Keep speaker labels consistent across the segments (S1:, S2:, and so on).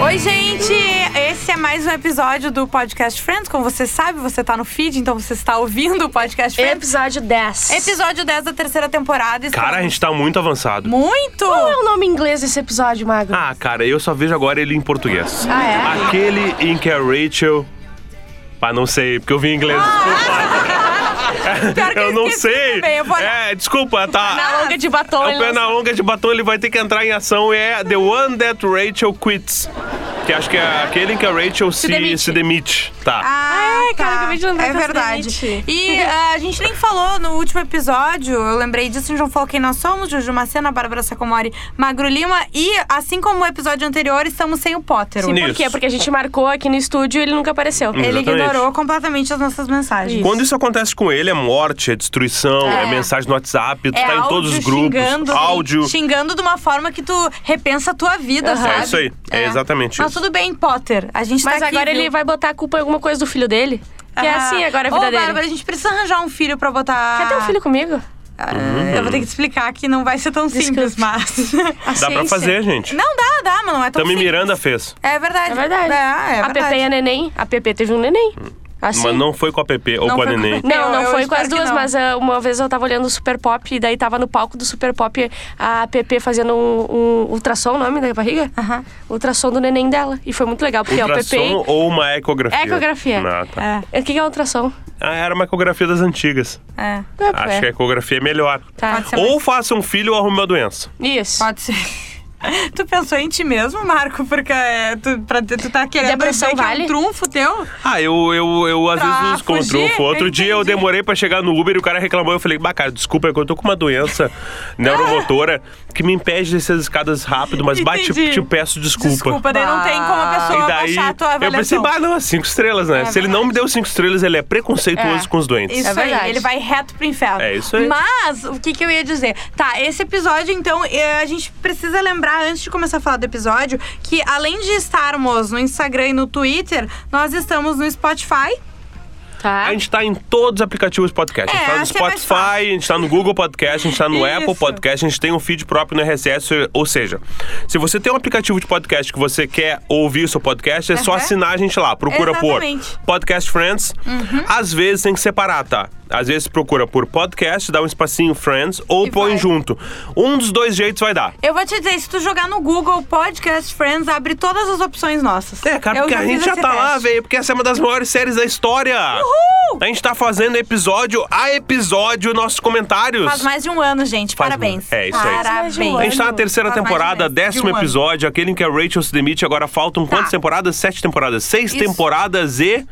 S1: Oi, gente! Esse é mais um episódio do Podcast Friends. Como você sabe, você tá no feed, então você está ouvindo o Podcast Friends.
S2: Episódio 10.
S1: Episódio 10 da terceira temporada. Estamos
S3: Cara, a gente tá muito avançado.
S1: Muito!
S2: Qual é o nome em inglês desse episódio, Magro?
S3: Ah, cara, eu só vejo agora ele em português.
S2: Ah, é?
S3: Aquele em que a Rachel. Ah, não sei, porque eu vi em inglês.
S1: Pior Ah, que
S3: eu não
S1: esqueci
S3: sei.
S1: também, eu vou olhar.
S3: É, desculpa, tá.
S2: Na longa de né? batom.
S3: É
S2: ele
S3: o pé
S2: não-
S3: na longa de batom, ele vai ter que entrar em ação e é The One That Rachel Quits. Que acho que é aquele em que a Rachel se, se
S2: demite.
S3: demite. Tá.
S1: Ah,
S2: Ah, é, cara, acabei de lembrar
S1: É
S2: que ela se
S1: verdade.
S2: demite.
S1: E ah, a gente nem falou no último episódio, eu lembrei disso, a gente não falou quem nós somos, Juju Macena, Bárbara Sacomori, Magro Lima. E, assim como o episódio anterior, estamos sem o Potter.
S2: Sim, por
S3: Nisso. Hum.
S2: quê? Porque a gente marcou aqui no estúdio e ele nunca apareceu.
S1: Ele
S3: Exatamente.
S1: ignorou completamente as nossas mensagens.
S3: Quando isso acontece com ele, é morte, é destruição, é,
S1: É.
S3: mensagem no WhatsApp, tu
S1: É
S3: tá em todos
S1: áudio
S3: os grupos.
S1: Xingando, assim,
S3: áudio.
S1: Xingando de uma forma que tu repensa a tua vida, sabe?
S3: É isso aí. É, exatamente
S1: Mas
S3: isso.
S1: tudo bem, Potter. A gente
S2: Mas
S1: tá aqui,
S2: agora
S1: viu?
S2: ele vai botar a culpa em alguma coisa do filho dele. Que é
S1: Ah.
S2: assim agora a
S1: Ô,
S2: vida dele.
S1: Bárbara, a gente precisa arranjar um filho pra botar.
S2: Quer ter um filho comigo?
S1: Ah,
S3: Uhum.
S1: Eu vou ter que te explicar que não vai ser tão
S2: Desculpa.
S1: simples, mas.
S3: Dá pra fazer, gente.
S1: não dá, dá, mas não é tão
S3: Tami
S1: simples.
S3: Miranda fez.
S1: É verdade.
S2: É verdade.
S1: É, é
S2: a Pepe
S1: verdade.
S2: e a Neném. A Pepe teve um neném. Assim.
S3: Hum. Mas não foi com a PP ou
S1: Não
S3: com a
S1: foi com a
S3: Neném.
S1: Pepe. Eu-
S2: Não, não
S1: eu
S2: foi com as
S1: espero que
S2: duas,
S1: não.
S2: mas ah, uma vez eu tava olhando o Super Pop e daí tava no palco do Super Pop a PP fazendo um, um ultrassom, o nome da barriga?
S1: Aham.
S2: Ultrassom do neném dela. E foi muito legal, porque
S3: Ultrassom
S2: o PP.
S3: ou uma ecografia?
S2: Ecografia.
S3: Ah, tá.
S1: É,
S2: O que que é ultrassom?
S3: Ah, era uma ecografia das antigas.
S1: é.
S2: Não é,
S3: Acho que a ecografia é melhor.
S2: Tá.
S1: Pode ser mais-
S3: Ou faça um filho ou arrume uma doença.
S2: Isso.
S1: Pode ser. Tu pensou em ti mesmo, Marco? Porque é, tu, pra, tu tá querendo
S2: Depressão
S1: dizer que é
S2: vale?
S1: um trunfo teu?
S3: Ah, eu, eu, eu às
S1: Pra
S3: vezes uso
S1: fugir,
S3: control. Outro
S1: eu
S3: dia eu
S1: entendi.
S3: demorei pra chegar no Uber e o cara reclamou. Eu falei, bah, cara, desculpa, é que eu tô com uma doença neuromotora que me impede de descer as escadas rápido, mas bah, te,
S1: Entendi.
S3: te peço desculpa.
S1: Desculpa, daí não tem como a pessoa
S3: Ah. E daí,
S1: baixar a tua
S3: eu
S1: avaliação.
S3: pensei, bah, não, é cinco estrelas, né? Se ele não me deu cinco estrelas, ele é preconceituoso
S2: É.
S3: com os doentes.
S1: Isso
S2: É verdade.
S1: aí, ele vai reto pro inferno.
S3: É isso aí.
S1: Mas, o que, que eu ia dizer? Tá, esse episódio, então, eh, a gente precisa lembrar, antes de começar a falar do episódio, que além de estarmos no Instagram e no Twitter, nós estamos no Spotify.
S2: Tá.
S3: A gente tá em todos os aplicativos podcast.
S1: É,
S3: a
S1: acho
S3: gente
S1: que
S3: tá
S1: é
S3: no
S1: mais
S3: Spotify, a gente tá no Google Podcast, a gente tá no
S1: Isso.
S3: Apple Podcast, a gente tem um feed próprio no RSS. Ou seja, se você tem um aplicativo de podcast que você quer ouvir o seu podcast, é só
S1: Uhum.
S3: assinar a gente lá. Procura
S1: Exatamente. Uhum.
S3: por Podcast Friends. Às vezes tem que separar, tá? Às vezes procura por podcast, dá um espacinho Friends ou
S1: E
S3: põe
S1: vai.
S3: junto. Um dos dois jeitos vai dar.
S1: Eu vou te dizer, se tu jogar no Google Podcast Friends, abre todas as opções nossas.
S3: É, cara,
S1: Eu
S3: porque a
S1: fiz
S3: gente já
S1: esse
S3: tá lá,
S1: teste.
S3: velho, porque essa é uma das maiores séries da história.
S1: Uhul!
S3: A gente tá fazendo episódio a episódio nossos comentários.
S1: Faz mais de um ano, gente.
S3: Faz
S1: Parabéns.
S3: mais- é isso aí.
S1: Parabéns.
S2: Faz mais de um
S3: A gente tá na terceira
S1: Faz mais
S3: temporada,
S1: de um mês,
S3: décimo
S1: de um ano. Tá.
S3: episódio, aquele em que a Rachel se demite. Agora faltam quantas temporadas? Sete temporadas. Seis
S1: Isso.
S3: temporadas e...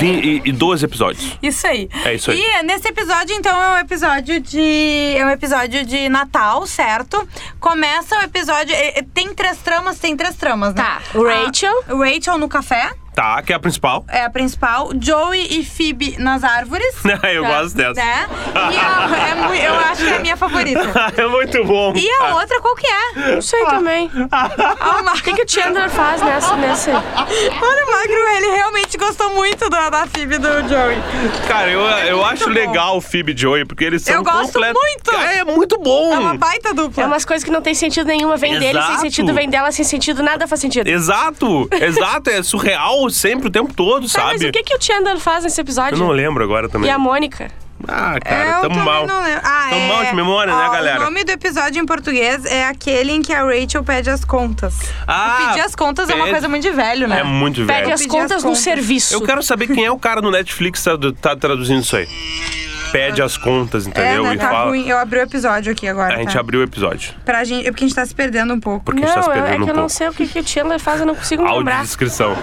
S3: Vim- e. E 12 episódios.
S1: Isso aí.
S3: É isso aí.
S1: E nesse episódio, então, é um episódio de. É um episódio de Natal, certo? Começa o episódio. eh, eh, Tem três tramas, tem três tramas, né?
S2: Tá. Rachel.
S1: A Rachel no café
S3: Tá, que é a principal.
S1: é a principal. Joey e Phoebe nas árvores.
S3: Eu gosto dessa.
S1: Né? E a- é mui- eu acho que é a minha favorita.
S3: é muito bom.
S1: E a outra, qual que é?
S2: Não sei também.
S1: Ah, o
S2: O que, que
S1: Magro,
S2: o Chandler faz nessa? nessa?
S1: olha, o Magro, ele realmente gostou muito da, da Phoebe e do Joey.
S3: Cara, eu, eu acho
S1: É bom.
S3: legal o Phoebe e Joey, porque eles são
S1: Eu gosto
S3: complet-
S1: muito.
S3: Cara, é muito bom.
S1: É uma baita dupla.
S2: É umas coisas que não tem sentido nenhuma. Vem dele sem
S3: Exato.
S2: sentido, vem dela sem sentido, nada faz sentido.
S3: Exato, exato, é surreal sempre, o tempo todo,
S2: Tá,
S3: sabe?
S2: mas o que, que o Chandler faz nesse episódio?
S3: Eu não lembro agora também.
S2: E a Mônica?
S3: Ah,
S1: É eu
S2: É,
S3: cara, tamo
S1: também
S3: mal.
S1: não lembro. Ah,
S3: Tamo
S1: é...
S3: mal de memória, né,
S1: Ó,
S3: galera?
S1: O nome do episódio em português é aquele em que a Rachel pede as contas.
S3: Ah,
S1: pedir as contas é uma
S3: pede-
S1: coisa muito de velho, né?
S3: É muito
S2: Pede
S3: velho.
S2: as
S1: Pedir as
S2: contas no
S1: contas.
S2: serviço.
S3: Eu quero saber quem é o cara no Netflix que tá, do- tá traduzindo isso aí. Pede as contas,
S1: É,
S3: entendeu?
S1: né?
S3: e
S1: Tá
S3: fala.
S1: ruim. Eu abri o episódio aqui agora.
S3: A gente
S1: tá?
S3: abriu o episódio.
S1: Pra gente... é Porque a gente tá se perdendo um pouco.
S3: Porque a gente tá se
S2: Não, eu- é
S3: perdendo
S2: que eu
S3: um
S2: não
S3: pouco.
S2: sei o que, que o Chandler faz, eu não consigo me
S3: Áudio
S2: lembrar.
S3: descrição.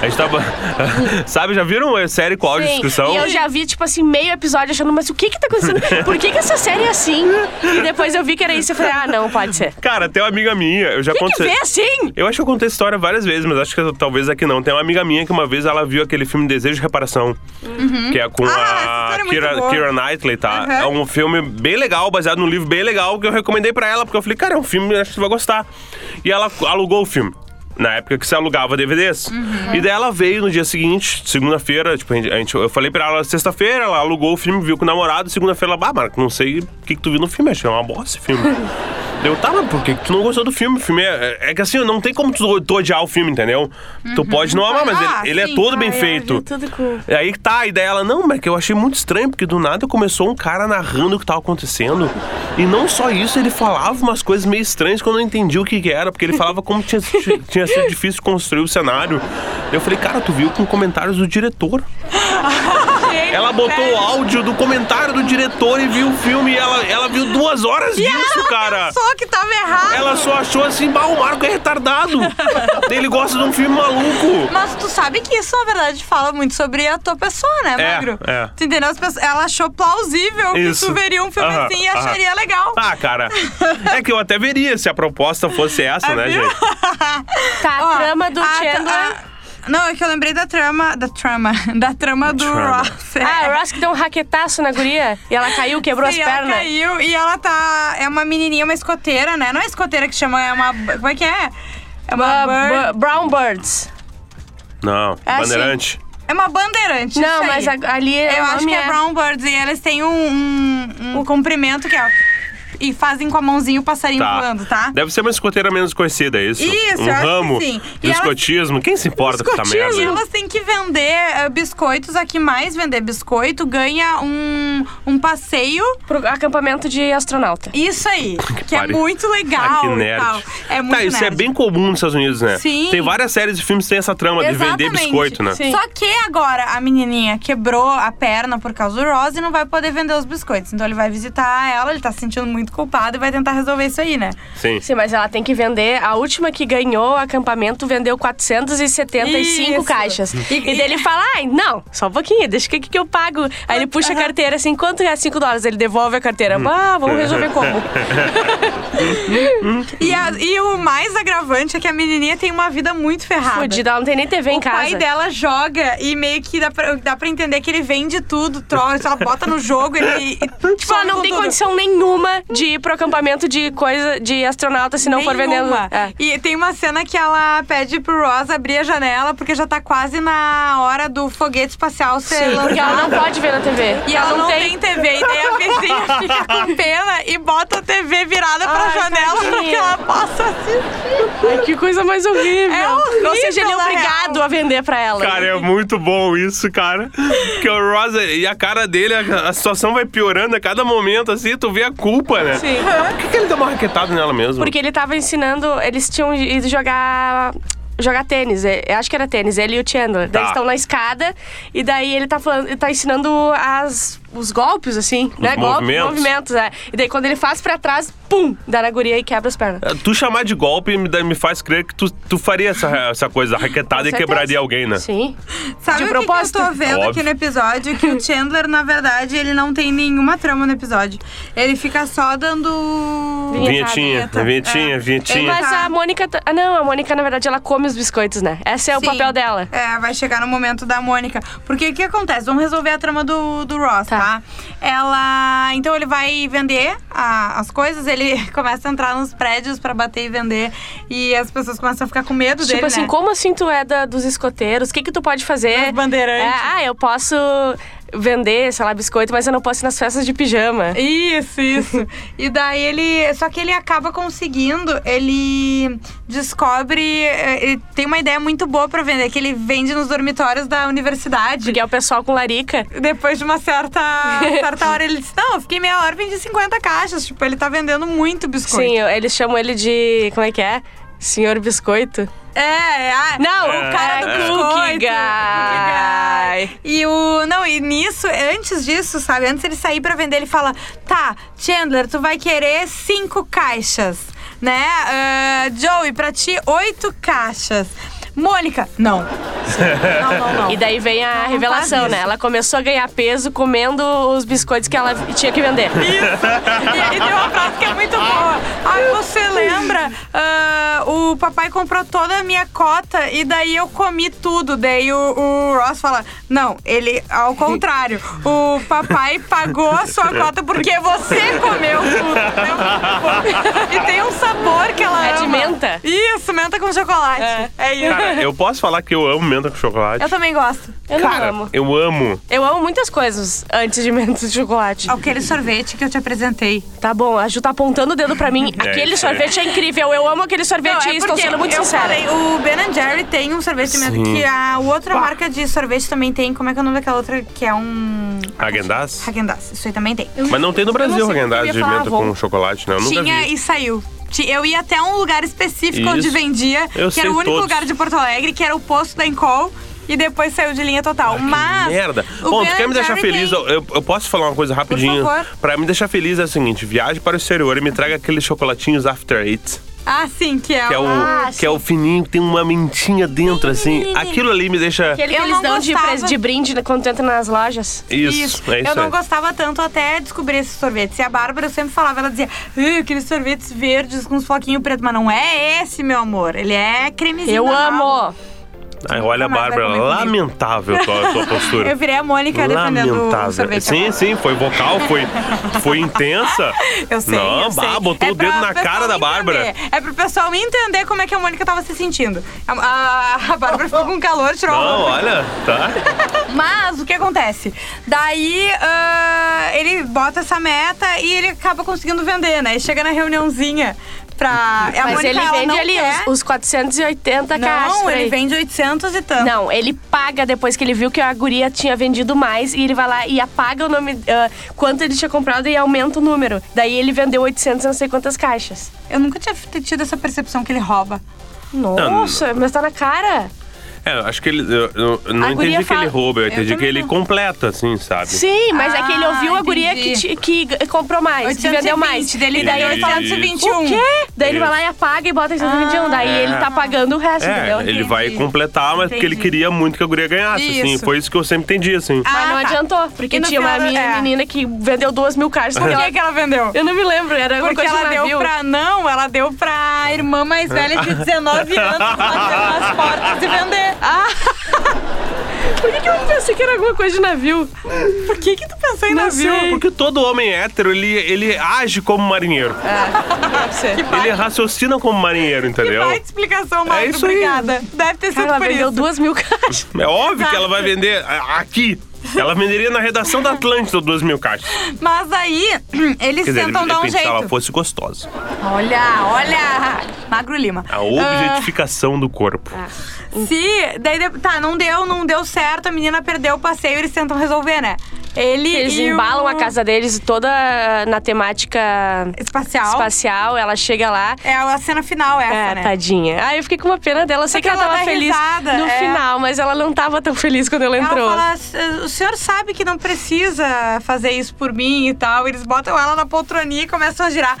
S3: A gente tava. sabe, já viram a série com áudio
S2: Sim,
S3: descrição?
S2: E eu já vi, tipo assim, meio episódio achando, mas o que que tá acontecendo? Por que que essa série é assim? E depois eu vi que era isso e falei, ah, não, pode ser.
S3: Cara, tem uma amiga minha, eu já
S2: Tem que
S3: contei.
S2: ver assim!
S3: Eu acho que eu contei essa história várias vezes, mas acho que eu- talvez aqui não. Tem uma amiga minha que uma vez ela viu aquele filme Desejo e Reparação, que é com
S1: Ah, essa
S3: a
S1: história é muito
S3: Kira,
S1: boa.
S3: Kira Knightley, tá?
S1: Uhum.
S3: É um filme bem legal, baseado num livro bem legal, que eu recomendei pra ela, porque eu falei, cara, é um filme, acho que você vai gostar. E ela alugou o filme. Na época que se alugava DVDs.
S1: Uhum.
S3: E daí ela veio no dia seguinte, segunda-feira, tipo, a gente, a gente- eu falei pra ela sexta-feira, ela alugou o filme, viu com o namorado, segunda-feira ela, bah, Marco, não sei o que, que tu viu no filme, achei uma bosta esse filme. Eu tava, por que que tu não gostou do filme? O filme é, é que assim, não tem como tu, tu odiar o filme, entendeu? Tu pode não amar, mas
S1: Uhum. Ah,
S3: ele, ele
S1: sim.
S3: é todo
S1: Ah,
S3: bem
S1: é,
S3: feito.
S2: Tudo com...
S3: E Aí que tá, a ideia ela, não, mas que eu achei muito estranho, porque do nada começou um cara narrando o que tava acontecendo. E não só isso, ele falava umas coisas meio estranhas que eu não entendi o que, que era, porque ele falava como tinha, sido- tinha sido difícil construir o cenário. Eu falei, cara, tu viu com comentários do diretor. Ela botou o áudio do comentário do diretor e viu o filme e ela, ela viu duas horas disso, cara.
S1: Só que tava errado.
S3: Ela só achou assim, bah, o Marco é retardado. ele gosta de um filme maluco.
S1: Mas tu sabe que isso, na verdade, fala muito sobre a tua pessoa, né,
S3: É,
S1: Magro?
S3: é.
S1: Tu entendeu? As pessoas- Ela achou plausível
S3: Isso.
S1: que tu veria um filme
S3: Aham,
S1: assim e
S3: aham.
S1: acharia legal.
S3: Ah, cara, é que eu até veria se a proposta fosse essa, né,
S1: viu?
S3: gente?
S2: Tá,
S1: Ó,
S2: a trama do
S1: a-
S2: Chandler.
S1: a- Não, é que eu lembrei da trama. Da trama. Da trama do
S3: Trama.
S1: Ross. é.
S2: Ah, a Ross que deu um raquetaço na guria e ela caiu, quebrou
S1: Sim,
S2: as
S1: ela
S2: pernas.
S1: caiu e ela tá. É uma menininha, uma escoteira, né? Não é escoteira que chama, é uma. Como é que é? É uma,
S2: Ah,
S1: bird-
S2: bu- brown Birds.
S3: Não,
S2: Ah,
S3: Bandeirante.
S1: é uma bandeirante. isso
S2: Não,
S1: aí.
S2: mas a- ali é
S1: Eu
S2: o
S1: acho
S2: nome
S1: que é, brown birds e eles têm um, um, um comprimento que é. ó, E fazem com a mãozinha o passarinho
S3: Tá.
S1: voando, tá?
S3: Deve ser uma escoteira menos conhecida, é isso?
S1: Isso,
S3: um
S1: eu acho que
S3: ramo
S1: sim.
S3: do
S1: E ela-
S3: escotismo. Quem se importa com essa
S1: E
S3: merda?
S1: elas têm que vender eh, biscoitos. A que mais vender biscoito ganha um, um passeio.
S2: Pro acampamento de astronauta.
S1: Isso aí. Que, é
S3: pare-
S1: muito
S3: Ah,
S1: legal.
S3: que
S1: e
S3: nerd.
S1: tal. É muito
S3: tá, isso
S1: nerd.
S3: é bem comum nos Estados Unidos, né?
S1: Sim.
S3: Tem várias séries de filmes que tem essa trama de vender
S1: Exatamente.
S3: biscoito, né?
S2: Sim.
S1: Só que agora a menininha quebrou a perna por causa do Rose e não vai poder vender os biscoitos. Então ele vai visitar ela, ele tá se sentindo muito culpado e vai tentar resolver isso aí, né?
S3: Sim.
S2: Sim, mas ela tem que vender. A última que ganhou o acampamento vendeu 475
S1: Isso.
S2: caixas.
S1: E-
S2: E, daí ele fala: ai, não, só um pouquinho, deixa que, que eu pago. Aí ele puxa a carteira assim: quanto é 5 dólares? Ele devolve a carteira. Ah, vamos resolver como?
S1: E, a- e o mais agravante é que a menininha tem uma vida muito ferrada.
S2: Fudida, ela não tem nem TV em
S1: O pai
S2: casa.
S1: dela joga e meio que dá pra, dá pra entender que ele vende tudo, troca, ela bota no jogo, ele. e-
S2: Tipo, ela não
S1: some
S2: tem
S1: com tudo.
S2: condição nenhuma de ir pro acampamento de coisa de astronauta se não for vendendo.
S1: Nenhuma.
S2: É.
S1: E tem uma cena que ela pede pro Ross abrir a janela, porque já tá quase na hora do foguete espacial ser
S2: Sim,
S1: lançado.
S2: porque ela não pode ver na TV.
S1: E ela não, tem. TV, e daí a vizinha fica com pena e bota a TV virada pra
S2: Ai,
S1: janela pra que
S2: tadinha.
S1: ela assim. possa assistir.
S2: Ai, que coisa mais horrível.
S1: É horrível,
S2: Ou seja, ele é
S1: na
S2: obrigado
S1: real.
S2: a vender pra ela.
S3: Cara, é muito bom isso, cara. Porque o Ross e a cara dele, a, a situação vai piorando a cada momento, assim, tu vê a culpa, né?
S2: Sim.
S3: Por que, que ele deu uma raquetada nela mesmo?
S2: Porque ele tava ensinando, eles tinham ido jogar jogar tênis, é, eu acho que era tênis, ele e o Chandler.
S3: Tá.
S2: Daí eles estão na escada e daí ele tá falando, ele tá ensinando as os golpes assim, né? Golpes,
S3: movimentos.
S2: movimentos, é. E daí quando ele faz pra trás, pum, dá na guria e quebra as pernas.
S3: É, Tu chamar de golpe me, dá- me faz crer que tu, tu faria essa, essa coisa, raquetada
S2: Com
S3: e
S2: certeza.
S3: quebraria alguém, né?
S2: Sim.
S1: Sabe
S2: De
S1: o que que, eu
S2: propósito.
S1: tô vendo
S3: Óbvio.
S1: aqui no episódio? Que o Chandler, na verdade, ele não tem nenhuma trama no episódio. Ele fica só dando.
S3: Vinhetinha,
S1: Vinheta.
S3: vinhetinha,
S1: É.
S3: vinhetinha.
S1: Ele
S2: Mas
S1: Tá.
S2: a Mônica, tá- ah, não, a Mônica na verdade ela come os biscoitos, né? Esse é o
S1: Sim.
S2: papel dela.
S1: É, vai chegar no momento da Mônica. Porque o que acontece? Vamos resolver a trama do, do Ross, tá.
S2: Tá.
S1: Ela. Então ele vai vender a- as coisas, ele começa a entrar nos prédios pra bater e vender. E as pessoas começam a ficar com medo dele.
S2: Tipo assim,
S1: né?
S2: como assim tu é da- dos escoteiros? O que que tu pode fazer?
S1: Das bandeirantes.
S2: É, ah, eu posso vender, sei lá, biscoito, mas eu não posso ir nas festas de pijama.
S1: Isso, isso. e daí ele. Só que ele acaba conseguindo, ele descobre. eh, Ele tem uma ideia muito boa pra vender, que ele vende nos dormitórios da universidade.
S2: Porque é o pessoal com larica.
S1: Depois de uma certa, certa hora, ele disse: Não, eu fiquei meia hora, vendi 50 caixas. Tipo, ele tá vendendo muito biscoito.
S2: Sim, eu- eles chamam ele de. Como é que é? Senhor Biscoito?
S1: É, é. ah,
S2: Não,
S1: o cara do
S2: é
S1: biscoito.
S2: Cookie Guy.
S1: Cookie Guy. E o. Não, e nisso, antes disso, sabe? Antes ele sair pra vender, ele fala: Tá, Chandler, tu vai querer cinco caixas. Né? Ah, Joey, pra ti, oito caixas. Mônica, não. Não, não, não.
S2: E daí vem a
S1: não
S2: revelação,
S1: faz
S2: né?
S1: isso.
S2: Ela começou a ganhar peso comendo os biscoitos que ela tinha que vender.
S1: E, e tem uma frase que é muito boa. Ai, você lembra? ah, o papai comprou toda a minha cota e daí eu comi tudo. Daí o, o Ross fala: Não, ele, ao contrário, o papai pagou a sua cota porque você comeu tudo. É muito bom. E tem um sabor que ela
S2: É de
S1: ama.
S2: menta.
S1: Isso, menta com chocolate.
S2: É.
S1: É, isso.
S3: Cara, eu posso falar que eu amo menta com chocolate?
S1: Eu também gosto.
S2: Eu
S3: Cara,
S2: não amo.
S3: eu amo.
S2: Eu amo muitas coisas antes de menta de chocolate.
S1: É Aquele sorvete que eu te apresentei.
S2: Tá bom, a Ju tá apontando o dedo pra mim.
S3: É,
S2: Aquele
S3: é.
S2: sorvete é incrível. Eu amo aquele sorvete
S1: Não, é
S2: e estou
S1: porque
S2: sendo muito
S1: eu
S2: sincera.
S1: falei, o Ben Jerry tem um sorvete de menta
S3: Sim.
S1: que a outra marca de sorvete também tem. Como é que é o nome daquela outra que é um...
S3: Agendaz?
S1: Häagen-Dazs. Isso aí também tem.
S3: Mas não tem no
S2: sei
S3: Brasil
S2: o que eu
S3: Agendaz
S2: ia
S3: de
S2: falar,
S3: menta
S2: vou-
S3: com chocolate, né? Eu nunca
S1: Tinha
S3: vi.
S1: e saiu. Ti- Eu ia até um lugar específico onde
S3: Isso.
S1: vendia,
S3: Eu
S1: que era
S3: sei
S1: o único
S3: todos.
S1: lugar de Porto Alegre, que era o posto da Encol, e depois saiu de linha total. Mas.
S3: Ah, Merda.
S1: o
S3: Bom,
S1: Ben
S3: tu quer me deixar
S1: Jerry
S3: feliz?
S1: tem-
S3: Eu, eu posso falar uma coisa rapidinho?
S1: favor.
S3: Pra me deixar feliz é o seguinte: viaje para o exterior e me traga aqueles chocolatinhos After Eight.
S1: Ah, sim, que é,
S3: Que é o,
S1: Ah,
S3: que é o fininho, que tem uma mentinha dentro, assim. Aquilo ali me deixa.
S2: Aquele
S1: Eu
S2: que eles
S1: não
S2: dão de,
S1: gostava.
S2: pres- de brinde né, quando tu entra nas lojas.
S3: Isso, é isso.
S1: eu não
S3: aí.
S1: gostava tanto até descobrir esses sorvetes. E a Bárbara eu sempre falava, ela dizia, "Ih, aqueles sorvetes verdes com uns floquinhos pretos. Mas não é esse, meu amor. Ele é cremezinho.
S2: Eu
S1: normal.
S2: amo.
S3: Ai, olha a
S1: Nunca mais vai
S3: Bárbara,
S1: comer comigo.
S3: lamentável a tua, a tua postura.
S1: Eu virei a Mônica defendendo o
S3: Lamentável.
S1: sorvete.
S3: Sim, sim, foi vocal, foi, foi intensa.
S1: Eu sei.
S3: Não,
S1: eu sei. É
S3: bah, botou o
S1: pra
S3: dedo na
S1: pessoal
S3: cara
S1: me
S3: da Bárbara.
S1: entender. É pro pessoal me entender como é que a Mônica tava se sentindo. A, a- a Bárbara ficou com calor, tirou a
S3: Não,
S1: roupa.
S3: olha, tá.
S1: Mas o que acontece? Daí ah, ele bota essa meta e ele acaba conseguindo vender, né? E chega na reuniãozinha pra. É a
S2: Mas
S1: Mônica,
S2: ele
S1: ela
S2: vende
S1: não
S2: ali
S1: quer.
S2: os, os 480 caixas.
S1: Não,
S2: por
S1: ele
S2: aí.
S1: vende 800 e tanto.
S2: Não, ele paga depois que ele viu que a guria tinha vendido mais e ele vai lá e apaga o nome, ah, quanto ele tinha comprado e aumenta o número. Daí ele vendeu 800 e não sei quantas caixas.
S1: Eu nunca tinha f- tido essa percepção que ele rouba.
S2: Nossa, mas tá na cara.
S3: É, eu acho que ele. Eu, eu- eu não
S2: A guria
S3: entendi que
S2: fala-
S3: ele rouba, eu entendi que
S1: também
S3: ele
S1: não.
S3: completa, assim, sabe?
S2: Sim, mas é que ele
S1: Ah,
S2: ouviu a guria que,
S1: entendi.
S2: ti- que g- comprou mais, que vendeu mais.
S1: Dele,
S2: E daí ele fala,
S3: Isso.
S1: 821.
S2: o quê? Daí ele
S3: um. Isso.
S2: vai lá e apaga e bota 821. Daí
S3: É.
S2: ele tá pagando o resto, entendeu?
S3: É, ele vai
S1: Entendi.
S3: completar, mas porque ele
S1: Entendi.
S3: queria muito que a guria ganhasse, assim.
S1: Isso.
S3: Foi isso que eu sempre entendi, assim.
S1: Ah,
S2: Mas não
S1: tá.
S2: adiantou, porque
S1: E no
S2: tinha uma
S1: final,
S2: menina,
S1: é.
S2: menina que vendeu duas mil caixas.
S1: Por
S3: Uhum.
S2: porque
S1: que,
S2: ela-
S1: que ela vendeu?
S2: Eu não me lembro, era alguma
S1: Porque
S2: coisa
S1: ela
S2: de
S1: deu
S2: navio.
S1: pra. Não, ela deu pra irmã mais velha de 19 anos bater nas portas e vender. Ah,
S2: Por que, que eu pensei que era alguma coisa de navio?
S1: por que que tu pensou em
S2: Não
S1: navio?
S2: sei.
S3: Porque todo homem hétero, ele, ele age como marinheiro.
S1: É,
S3: Ele raciocina como marinheiro, entendeu?
S1: Ai, que explicação, Magro,
S3: É isso aí.
S1: obrigada. Deve ter
S2: Cara,
S1: sido
S2: ela
S1: por
S2: vendeu
S1: isso.
S2: duas mil caixas.
S3: É óbvio que ela vai vender a- aqui. Ela venderia na redação da Atlântida duas mil caixas.
S1: Mas aí, eles
S3: Quer dizer,
S1: tentam
S3: de
S1: dar um
S3: repente, se ela
S1: jeito.
S3: fosse gostosa.
S1: Olha, olha. Magro Lima.
S3: A objetificação do corpo.
S1: Ah, é Se. Daí, de- tá, não deu, não deu certo, a menina perdeu o passeio, eles tentam resolver, né? Ele.
S2: Eles
S1: e o-
S2: embalam a casa deles toda na temática
S1: Espacial.
S2: espacial. Ela chega lá.
S1: É a cena final, essa,
S2: É,
S1: né?
S2: tadinha. Ai, eu fiquei com uma pena dela. Eu sei
S1: Porque
S2: que ela,
S1: ela
S2: tava
S1: dá
S2: feliz
S1: risada,
S2: no
S1: é.
S2: final, mas ela não tava tão feliz quando ela
S1: Ela
S2: entrou.
S1: fala, "S- eh, o senhor sabe que não precisa fazer isso por mim e tal. Eles botam ela na poltroninha e começam a girar.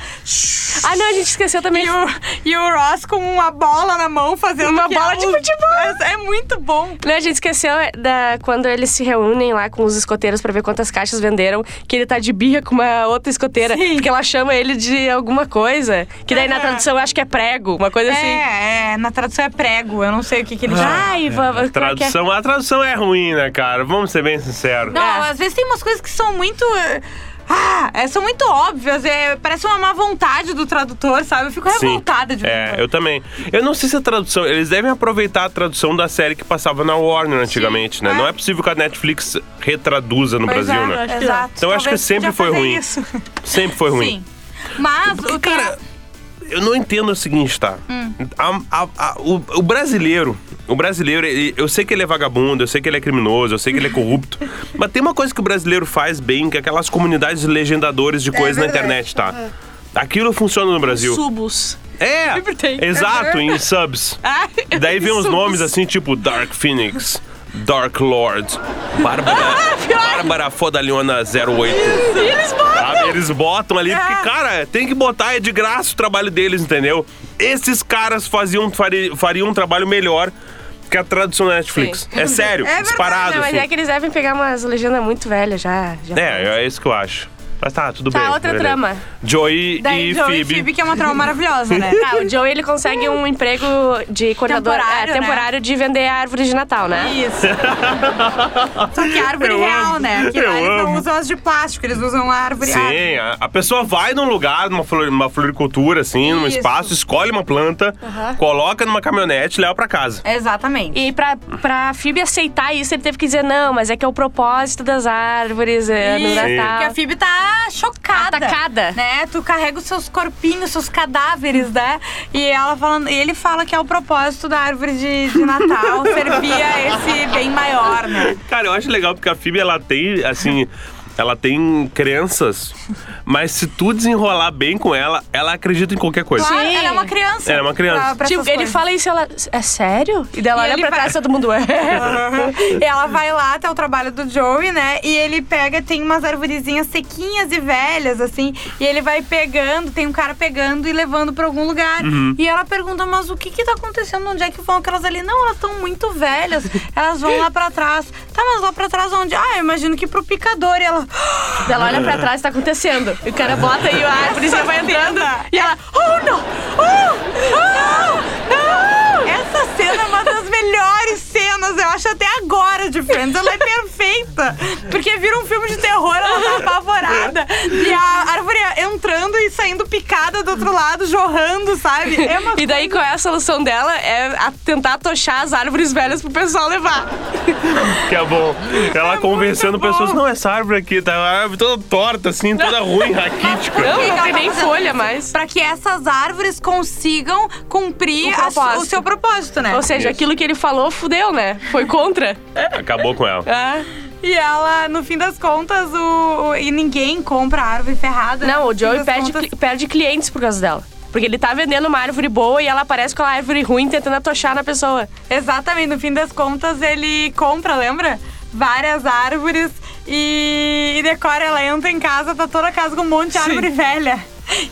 S2: Ah, não, a gente esqueceu também.
S1: E o, e o Ross com uma bola na mão fazendo
S2: Uma
S1: que
S2: bola
S1: é
S2: de
S1: um-
S2: futebol.
S1: É, é muito bom.
S2: Não, a gente esqueceu é, da, quando eles se reúnem lá com os escoteiros pra ver quantas caixas venderam, que ele tá de birra com uma outra escoteira,
S1: Sim.
S2: porque ela chama ele de alguma coisa. Que daí na
S1: É.
S2: tradução eu acho que é prego, uma coisa assim.
S1: É, é, na tradução é prego. Eu não sei o que, que
S3: Ah.
S1: ele já.
S2: Ai, vamos.
S1: é?
S2: é?
S3: A é. tradução, a tradução é ruim, né, cara? Vamos ser bem sinceros.
S1: Não,
S2: É.
S1: às vezes tem umas coisas que são muito. eh, Ah, é, são muito óbvias. É, parece uma má vontade do tradutor, sabe? Eu fico
S3: Sim.
S1: revoltada de vez em
S3: É,
S1: quando.
S3: eu também. Eu não sei se a tradução. Eles devem aproveitar a tradução da série que passava na Warner antigamente, né?
S1: é.
S3: Não é possível que a Netflix retraduza no
S1: Pois
S3: Brasil,
S1: é,
S3: né?
S2: acho que
S1: Exato.
S3: Então eu acho que
S1: Talvez podia
S3: sempre foi
S1: fazer
S3: ruim.
S1: Isso.
S3: Sempre foi ruim.
S1: Sim. Mas o que.
S3: Cara, eu não entendo o seguinte, tá?
S1: Hum.
S3: A- a- a- o, o brasileiro, o brasileiro, ele- eu sei que ele é vagabundo, eu sei que ele é criminoso, eu sei que ele é corrupto, mas tem uma coisa que o brasileiro faz bem, que é aquelas comunidades legendadores de coisas na
S1: É verdade.
S3: internet, tá? Aquilo funciona no Brasil.
S2: Subos.
S3: É!
S2: Sempre tem.
S1: É
S3: Exato, em subs.
S2: Ai,
S3: E daí vem uns
S2: subs.
S3: nomes assim, tipo Dark Phoenix, Dark Lord, Bárbara, Bárbara Fodalhona 08.
S2: E Ah, eles botam. É.
S3: Sabe? Ah, Eles botam ali, porque, cara, tem que botar, é de graça o trabalho deles, entendeu? Esses caras faziam, fari- fariam um trabalho melhor que a tradução da Netflix. É sério,
S1: É verdade,
S3: disparado,
S2: Não, mas é
S3: assim.
S2: que eles devem pegar umas legendas muito velhas já. já
S3: É, é isso que eu acho. Mas tá, tudo
S2: Tá,
S3: bem.
S2: outra
S3: beleza.
S2: trama.
S3: Joey
S1: Daí
S3: e
S1: Joe
S3: Phoebe.
S1: e Phoebe, que é uma trama maravilhosa, né?
S2: Tá, o Joe ele consegue um emprego de coordenador
S1: Temporário,
S2: é,
S1: né?
S2: temporário de vender árvores de Natal, né?
S1: Isso. Só que árvore
S3: Eu
S1: real,
S3: amo.
S1: né? Porque
S3: Eu
S1: lá eles não
S3: amo.
S1: usam as de plástico, eles usam árvore. árvore.
S3: Sim, a, a pessoa vai num lugar, numa, flor, numa floricultura, assim, num
S1: Isso.
S3: espaço, escolhe uma planta, coloca numa caminhonete e leva pra casa.
S1: Exatamente.
S2: E pra, pra Phoebe aceitar isso, ele teve que dizer, não, mas é que é o propósito das árvores, é no
S1: Isso,
S2: Natal.
S1: Porque a Phoebe tá chocada.
S2: Atacada.
S1: Né? Tu carrega os seus corpinhos, seus cadáveres, né? E ela falando, e ele fala que é o propósito da árvore de, de Natal servir a esse bem maior, né?
S3: Cara, eu acho legal porque a Phoebe, ela tem, assim, ela tem crenças, mas se tu desenrolar bem com ela, ela acredita em qualquer coisa.
S1: Claro,
S2: Sim.
S1: ela é uma criança.
S3: Ela é uma criança.
S1: Pra, pra
S2: Tipo,
S1: essas
S2: ele
S1: coisas.
S2: fala isso, ela. É sério? E dela
S1: E
S2: olha
S1: ele
S2: pra
S1: vai-
S2: trás e todo mundo é.
S1: E ela vai lá até o trabalho do Joey, né? E ele pega, tem umas arvorezinhas sequinhas e velhas, assim. E ele vai pegando, tem um cara pegando e levando pra algum lugar. E ela pergunta, mas o que que tá acontecendo? Onde é que vão aquelas ali? Não, elas estão muito velhas. Elas vão lá pra trás. Tá, mas lá pra trás onde? Ah, eu imagino que pro picador. E ela...
S2: Ela olha pra trás, tá acontecendo. E o cara bota aí a árvore e vai entrando. E ela, oh não!
S1: Essa cena é uma das melhores cenas, eu acho, até agora de Friends. Ela é perfeita. Porque vira um filme de terror, ela tá apavorada. E a árvore entrando e saindo picada do outro lado, jorrando, sabe? É uma...
S2: E daí qual é a solução dela? É a- tentar atochar as árvores velhas pro pessoal levar.
S3: Que é bom. Ela convencendo
S1: muito bom.
S3: pessoas, não, essa árvore aqui tá uma árvore toda torta, assim, toda ruim, raquítica.
S2: Não,
S1: ela
S2: não tem
S1: tá
S2: nem
S1: fazendo
S2: folha
S1: isso?
S2: mais.
S1: Pra que essas árvores consigam cumprir
S2: O
S1: a su-
S2: propósito.
S1: o seu Um propósito, né?
S2: Ou seja,
S3: Isso.
S2: aquilo que ele falou, fudeu, né? Foi contra.
S3: Acabou com ela.
S2: Ah.
S1: E ela, no fim das contas, o... o- e ninguém compra a árvore ferrada. né?
S2: Não, o Joey
S1: No fim das
S2: perde,
S1: contas,
S2: cli- perde clientes por causa dela. Porque ele tá vendendo uma árvore boa e ela aparece com a árvore ruim tentando atochar na pessoa.
S1: Exatamente, no fim das contas ele compra, lembra? Várias árvores e, e decora. Ela entra em casa, tá toda a casa com um monte de árvore velha.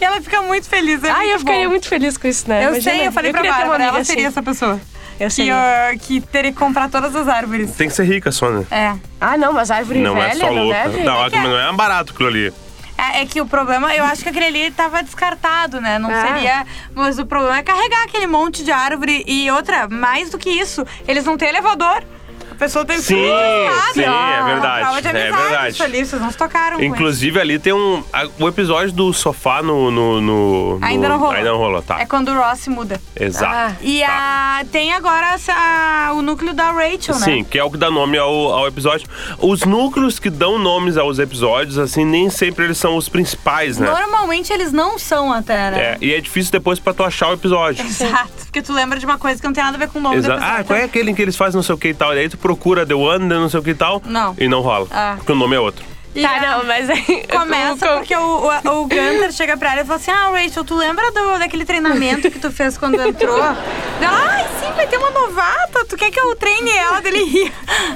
S1: E ela fica muito feliz. É
S2: Ai,
S1: muito
S2: eu ficaria
S1: bom.
S2: muito feliz com isso, né?
S1: Eu
S2: Imagina,
S1: sei, eu falei pra
S2: queria ter uma
S1: Bárbara,
S2: amiga
S1: ela
S2: assim.
S1: seria essa pessoa.
S2: Eu
S1: Que,
S2: seria.
S1: ó, que teria que comprar todas as árvores.
S3: Tem que ser rica, Sônia.
S1: É.
S2: Ah, não, mas árvore
S3: Não
S2: velha
S3: é só
S2: não
S3: louca.
S2: deve?
S3: Não, aquilo não é barato aquilo ali.
S1: É, é que o problema, eu acho que aquele ali tava descartado, né? Não
S2: Ah.
S1: seria. Mas o problema é carregar aquele monte de árvore e outra, mais do que isso, eles não têm elevador. A pessoa tem que
S3: Sim,
S1: sabe?
S3: sim, é
S1: Uma Ah,
S3: verdade,
S1: prova de
S3: é
S1: amizade
S3: verdade.
S1: Isso ali, vocês não se tocaram. com isso.
S3: Inclusive, ali tem um. a- o episódio do sofá no. no, no- no-
S1: Ainda não rolou.
S3: Ainda não rolou, tá.
S1: É Ah, quando o Ross se muda.
S3: Exato.
S1: E a, tem agora essa- o núcleo da Rachel, né?
S3: Tá. Sim, que é o que dá nome ao, ao episódio. Os núcleos que dão nomes aos episódios, assim, nem sempre eles são os principais, né?
S1: Normalmente eles não são até, né?
S3: É, e é difícil depois pra tu achar o episódio.
S1: Exato, porque tu lembra de uma coisa que não tem nada a ver com o nome
S3: Exato.
S1: do um
S3: Ah,
S1: episódio.
S3: qual é aquele em que eles fazem não sei o que e tal? E aí tu procura The One, não sei o que e tal.
S1: Não.
S3: E não rola.
S1: Ah.
S3: Porque o nome é outro.
S1: E
S2: Tá,
S1: a-
S2: não, mas aí...
S1: Começa porque o, o, o Gunter chega pra ela e fala assim: Ah, Rachel, tu lembra do, daquele treinamento que tu fez quando entrou? Daí Ela, ai, sim, vai ter uma novata, tu quer que eu treine ela? Daí Ele ri.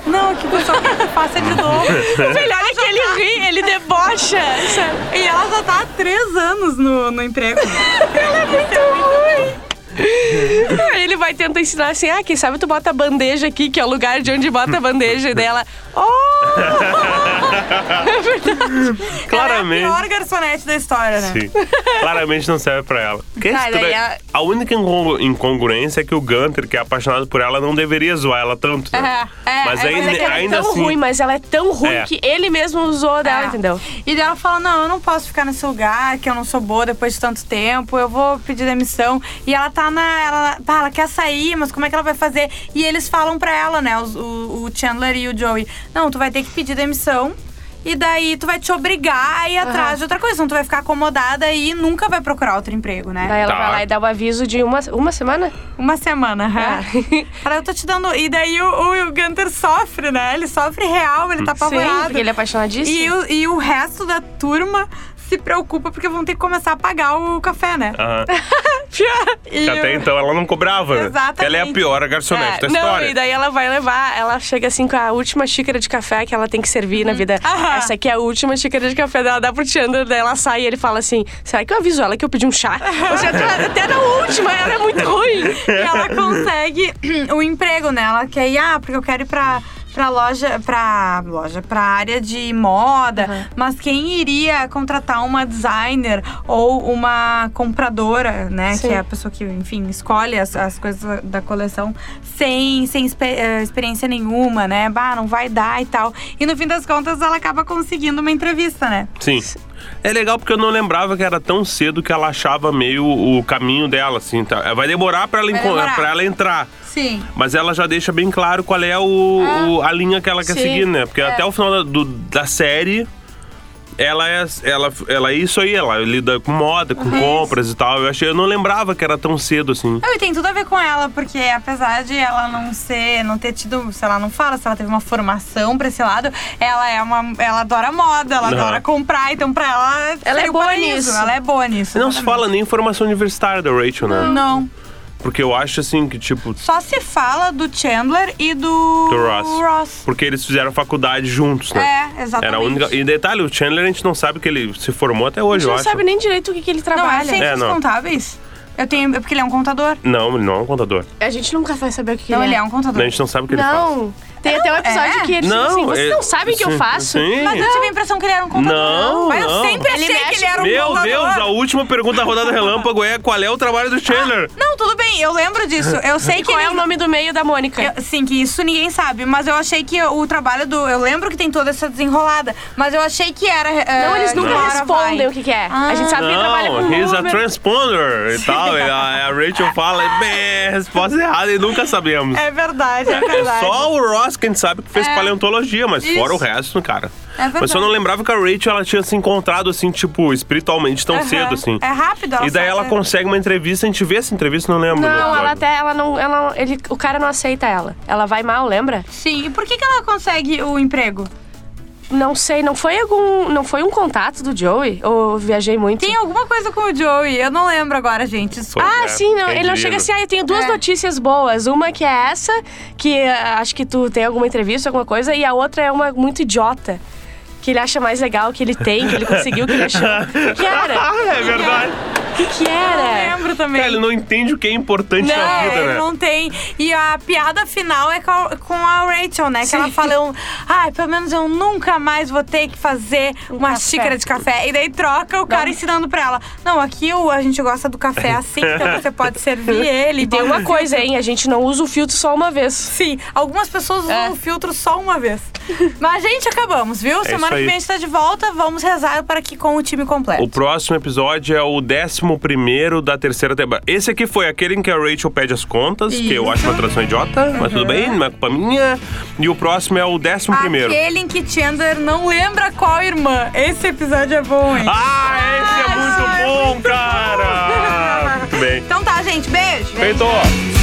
S1: Não, que o pessoal quer que eu faça de novo.
S2: O melhor é que
S1: tá.
S2: ele ri, ele debocha. sabe?
S1: E ela já tá há três anos no, no emprego.
S2: Aí ele vai tentar ensinar assim, ah, quem sabe tu bota a bandeja aqui, que é o lugar de onde bota a bandeja. E daí ela, oh!
S3: Claramente.
S1: Ela é a pior garçonete da história, né?
S3: Sim. Claramente não serve pra ela. Que é
S2: Cara,
S3: estranho.
S2: e a-
S3: A única incongru- incongruência é que o Gunter, que é apaixonado por ela, não deveria zoar ela tanto. Né?
S1: É, é,
S3: mas
S1: é,
S3: ainda,
S1: mas é que
S2: Ela
S3: ainda
S2: é tão
S3: assim.
S2: ruim, mas ela é tão ruim
S3: É.
S2: que ele mesmo usou dela,
S1: É.
S2: entendeu?
S1: E daí ela fala: Não, eu não posso ficar nesse lugar, que eu não sou boa depois de tanto tempo, eu vou pedir demissão. E ela tá na. Ela, pá, ela quer sair, mas como é que ela vai fazer? E eles falam pra ela, né, os- o, o Chandler e o Joey: Não, tu vai ter que pedir demissão. E daí tu vai te obrigar a ir atrás de outra coisa, senão tu vai ficar acomodada e nunca vai procurar outro emprego, né?
S2: Daí ela
S3: Tá.
S2: vai lá e dá o aviso de uma, uma semana?
S1: Uma semana, aham.
S2: É.
S1: Fala, eu tô te dando. E daí o, o, o Gunter sofre, né? Ele sofre real, ele tá apavorado.
S2: Sim, porque ele
S1: E
S2: é apaixonadíssimo.
S1: o, e o resto da turma se preocupa porque vão ter que começar a pagar o café, né?
S3: Aham.
S1: E
S3: Que até
S1: o-
S3: então ela não cobrava, né?
S1: Exatamente.
S3: Ela é a pior garçonete da
S2: É, não,
S3: história.
S2: e daí ela vai levar, ela chega assim com a última xícara de café que ela tem que servir na vida.
S1: Aham.
S2: Essa aqui é a última xícara de café dela, dá pro Chandler, daí ela sai e ele fala assim: será que eu aviso ela que eu pedi um chá? Ou seja, até na última, ela é muito ruim.
S1: E ela consegue o emprego, né? Ela quer ir, ah, porque eu quero ir pra, pra pra loja, pra loja, pra área de moda. Mas quem iria contratar uma designer ou uma compradora, né?
S2: Sim.
S1: Que é a pessoa que, enfim, escolhe as, as coisas da- da coleção sem, sem espe- eh, experiência nenhuma, né? Bah, não vai dar e tal. E no fim das contas, ela acaba conseguindo uma entrevista, né?
S3: Sim. É legal porque eu não lembrava que era tão cedo que ela achava meio o caminho dela, assim. tá? Vai demorar pra ela,
S1: Vai
S3: enco-
S1: demorar.
S3: pra ela entrar.
S1: Sim.
S3: Mas ela já deixa bem claro qual é o, o- a linha que ela quer
S2: Sim.
S3: seguir, né? Porque até o final da, do- da série, ela é, ela, ela é isso aí, ela lida com moda, com compras e tal. Eu achei, eu não lembrava que era tão cedo assim.
S1: Não, e tem tudo a ver com ela, porque apesar de ela não ser, não ter tido, sei lá, não fala se ela teve uma formação pra esse lado, ela é uma, ela adora moda, ela
S3: Aham.
S1: adora comprar, então pra ela
S2: Ela é
S1: seria o
S2: boa
S1: paraíso,
S2: nisso.
S1: Ela é boa nisso.
S3: Não se fala nem formação universitária da Rachel, né?
S1: Não.
S3: Porque eu acho assim que, tipo,
S1: Só se fala do Chandler e do,
S3: do Ross. Porque eles fizeram faculdade juntos, né?
S1: É, exatamente.
S3: Era a única. E detalhe, o Chandler a gente não sabe que ele se formou até
S2: A gente
S3: hoje, eu
S2: não
S3: acho.
S2: sabe nem direito o que, que ele
S1: Não, é
S2: trabalha.
S1: ciências
S3: É, não.
S1: contábeis? Eu tenho, é porque ele é um contador.
S3: Não, ele não é um contador.
S2: A gente nunca vai saber o que, que
S1: Não, ele é um contador.
S3: A gente não sabe o que ele faz.
S2: Não. Tem até um episódio
S1: é?
S2: que ele
S3: Não,
S2: diz assim: vocês
S3: é-
S2: não sabem o que eu
S3: sim,
S2: faço?
S3: sim.
S1: Mas eu tive a impressão que ele era um contador.
S3: tá Não,
S1: Mas
S3: não.
S1: eu sempre
S2: Ele
S1: achei que
S2: mexe-
S1: ele era um
S3: Meu
S1: contador.
S3: Deus, a última pergunta da rodada relâmpago é qual é o trabalho do Chandler?
S1: Ah, Não, tudo bem, eu lembro disso. Eu sei que
S2: Qual é
S1: ele-
S2: o nome do meio da Mônica?
S1: Eu- sim, que isso ninguém sabe, mas eu achei que o trabalho do. Eu lembro que tem toda essa desenrolada, mas eu achei que era. eh,
S2: Não, eles nunca respondem o que, que é.
S1: É, Ah.
S2: A gente sabe que ele trabalha com
S3: Não, he's a
S2: número.
S3: transponder e tal. E a, a Rachel fala, bem, resposta errada e nunca sabemos.
S1: É verdade, é
S3: É
S1: verdade.
S3: só o Ross que a gente sabe que fez
S1: É.
S3: paleontologia, mas
S1: Isso.
S3: fora o resto, cara.
S1: É verdade.
S3: mas só não lembrava que a Rachel ela tinha se encontrado assim, tipo, espiritualmente tão
S1: Aham.
S3: cedo assim.
S1: É rápido, ela
S3: E
S1: sabe.
S3: daí
S1: é.
S3: ela consegue uma entrevista, a gente vê essa entrevista, não lembro.
S2: Não,
S3: né,
S2: ela
S3: episódio.
S2: até. Ela não, ela, ele, o cara não aceita ela. Ela vai mal, lembra?
S1: Sim, e por que, que ela consegue o emprego?
S2: Não sei, não foi algum. Não foi um contato do Joey? Ou eu viajei muito?
S1: Tem alguma coisa com o Joey, eu não lembro agora, gente. Desculpa.
S3: Pois
S2: Ah,
S3: é,
S2: sim, não.
S3: quem
S2: Ele não
S3: diria,
S2: chega
S3: né?
S2: assim, ah, eu tenho duas
S1: É.
S2: notícias boas. Uma que é essa, que eh, acho que tu tem alguma entrevista, alguma coisa, e a outra é uma muito idiota. Que ele acha mais legal, que ele tem, que ele conseguiu, que ele achou. Que era?
S3: Ah, é verdade.
S2: Que que
S1: Eu
S2: era?
S1: lembro também.
S3: Cara, ele não entende o que é importante na
S1: Não,
S3: vida,
S1: ele
S3: né?
S1: não tem. E a piada final é com a, com a Rachel, né? Que ela fala, eu- ai, pelo menos eu nunca mais vou ter que fazer uma
S2: café.
S1: xícara de café. E daí troca o cara ensinando pra ela. Não, aqui o- a gente gosta do café assim, então você pode servir ele.
S2: E tem
S1: bota
S2: uma coisa, hein? A gente não usa o filtro só uma vez.
S1: Sim, algumas pessoas usam
S2: É.
S1: o filtro só uma vez. Mas, gente, acabamos, viu?
S3: isso
S1: Semana que
S3: aí.
S1: vem a gente tá de volta, vamos rezar para que com o time completo.
S3: O próximo episódio é o 11 da terceira temporada. Esse aqui foi aquele em que a Rachel pede as contas, que eu
S1: Isso.
S3: acho uma tradução idiota, mas tudo bem, não é culpa minha. E o próximo é o 11.
S1: Aquele em que Chandler não lembra qual irmã. Esse episódio é bom, hein?
S3: Ah, esse é
S1: Ah,
S3: muito
S1: isso é
S3: bom, cara! Ah, Muito bem.
S1: Então tá, gente. Beijo.
S3: Feito!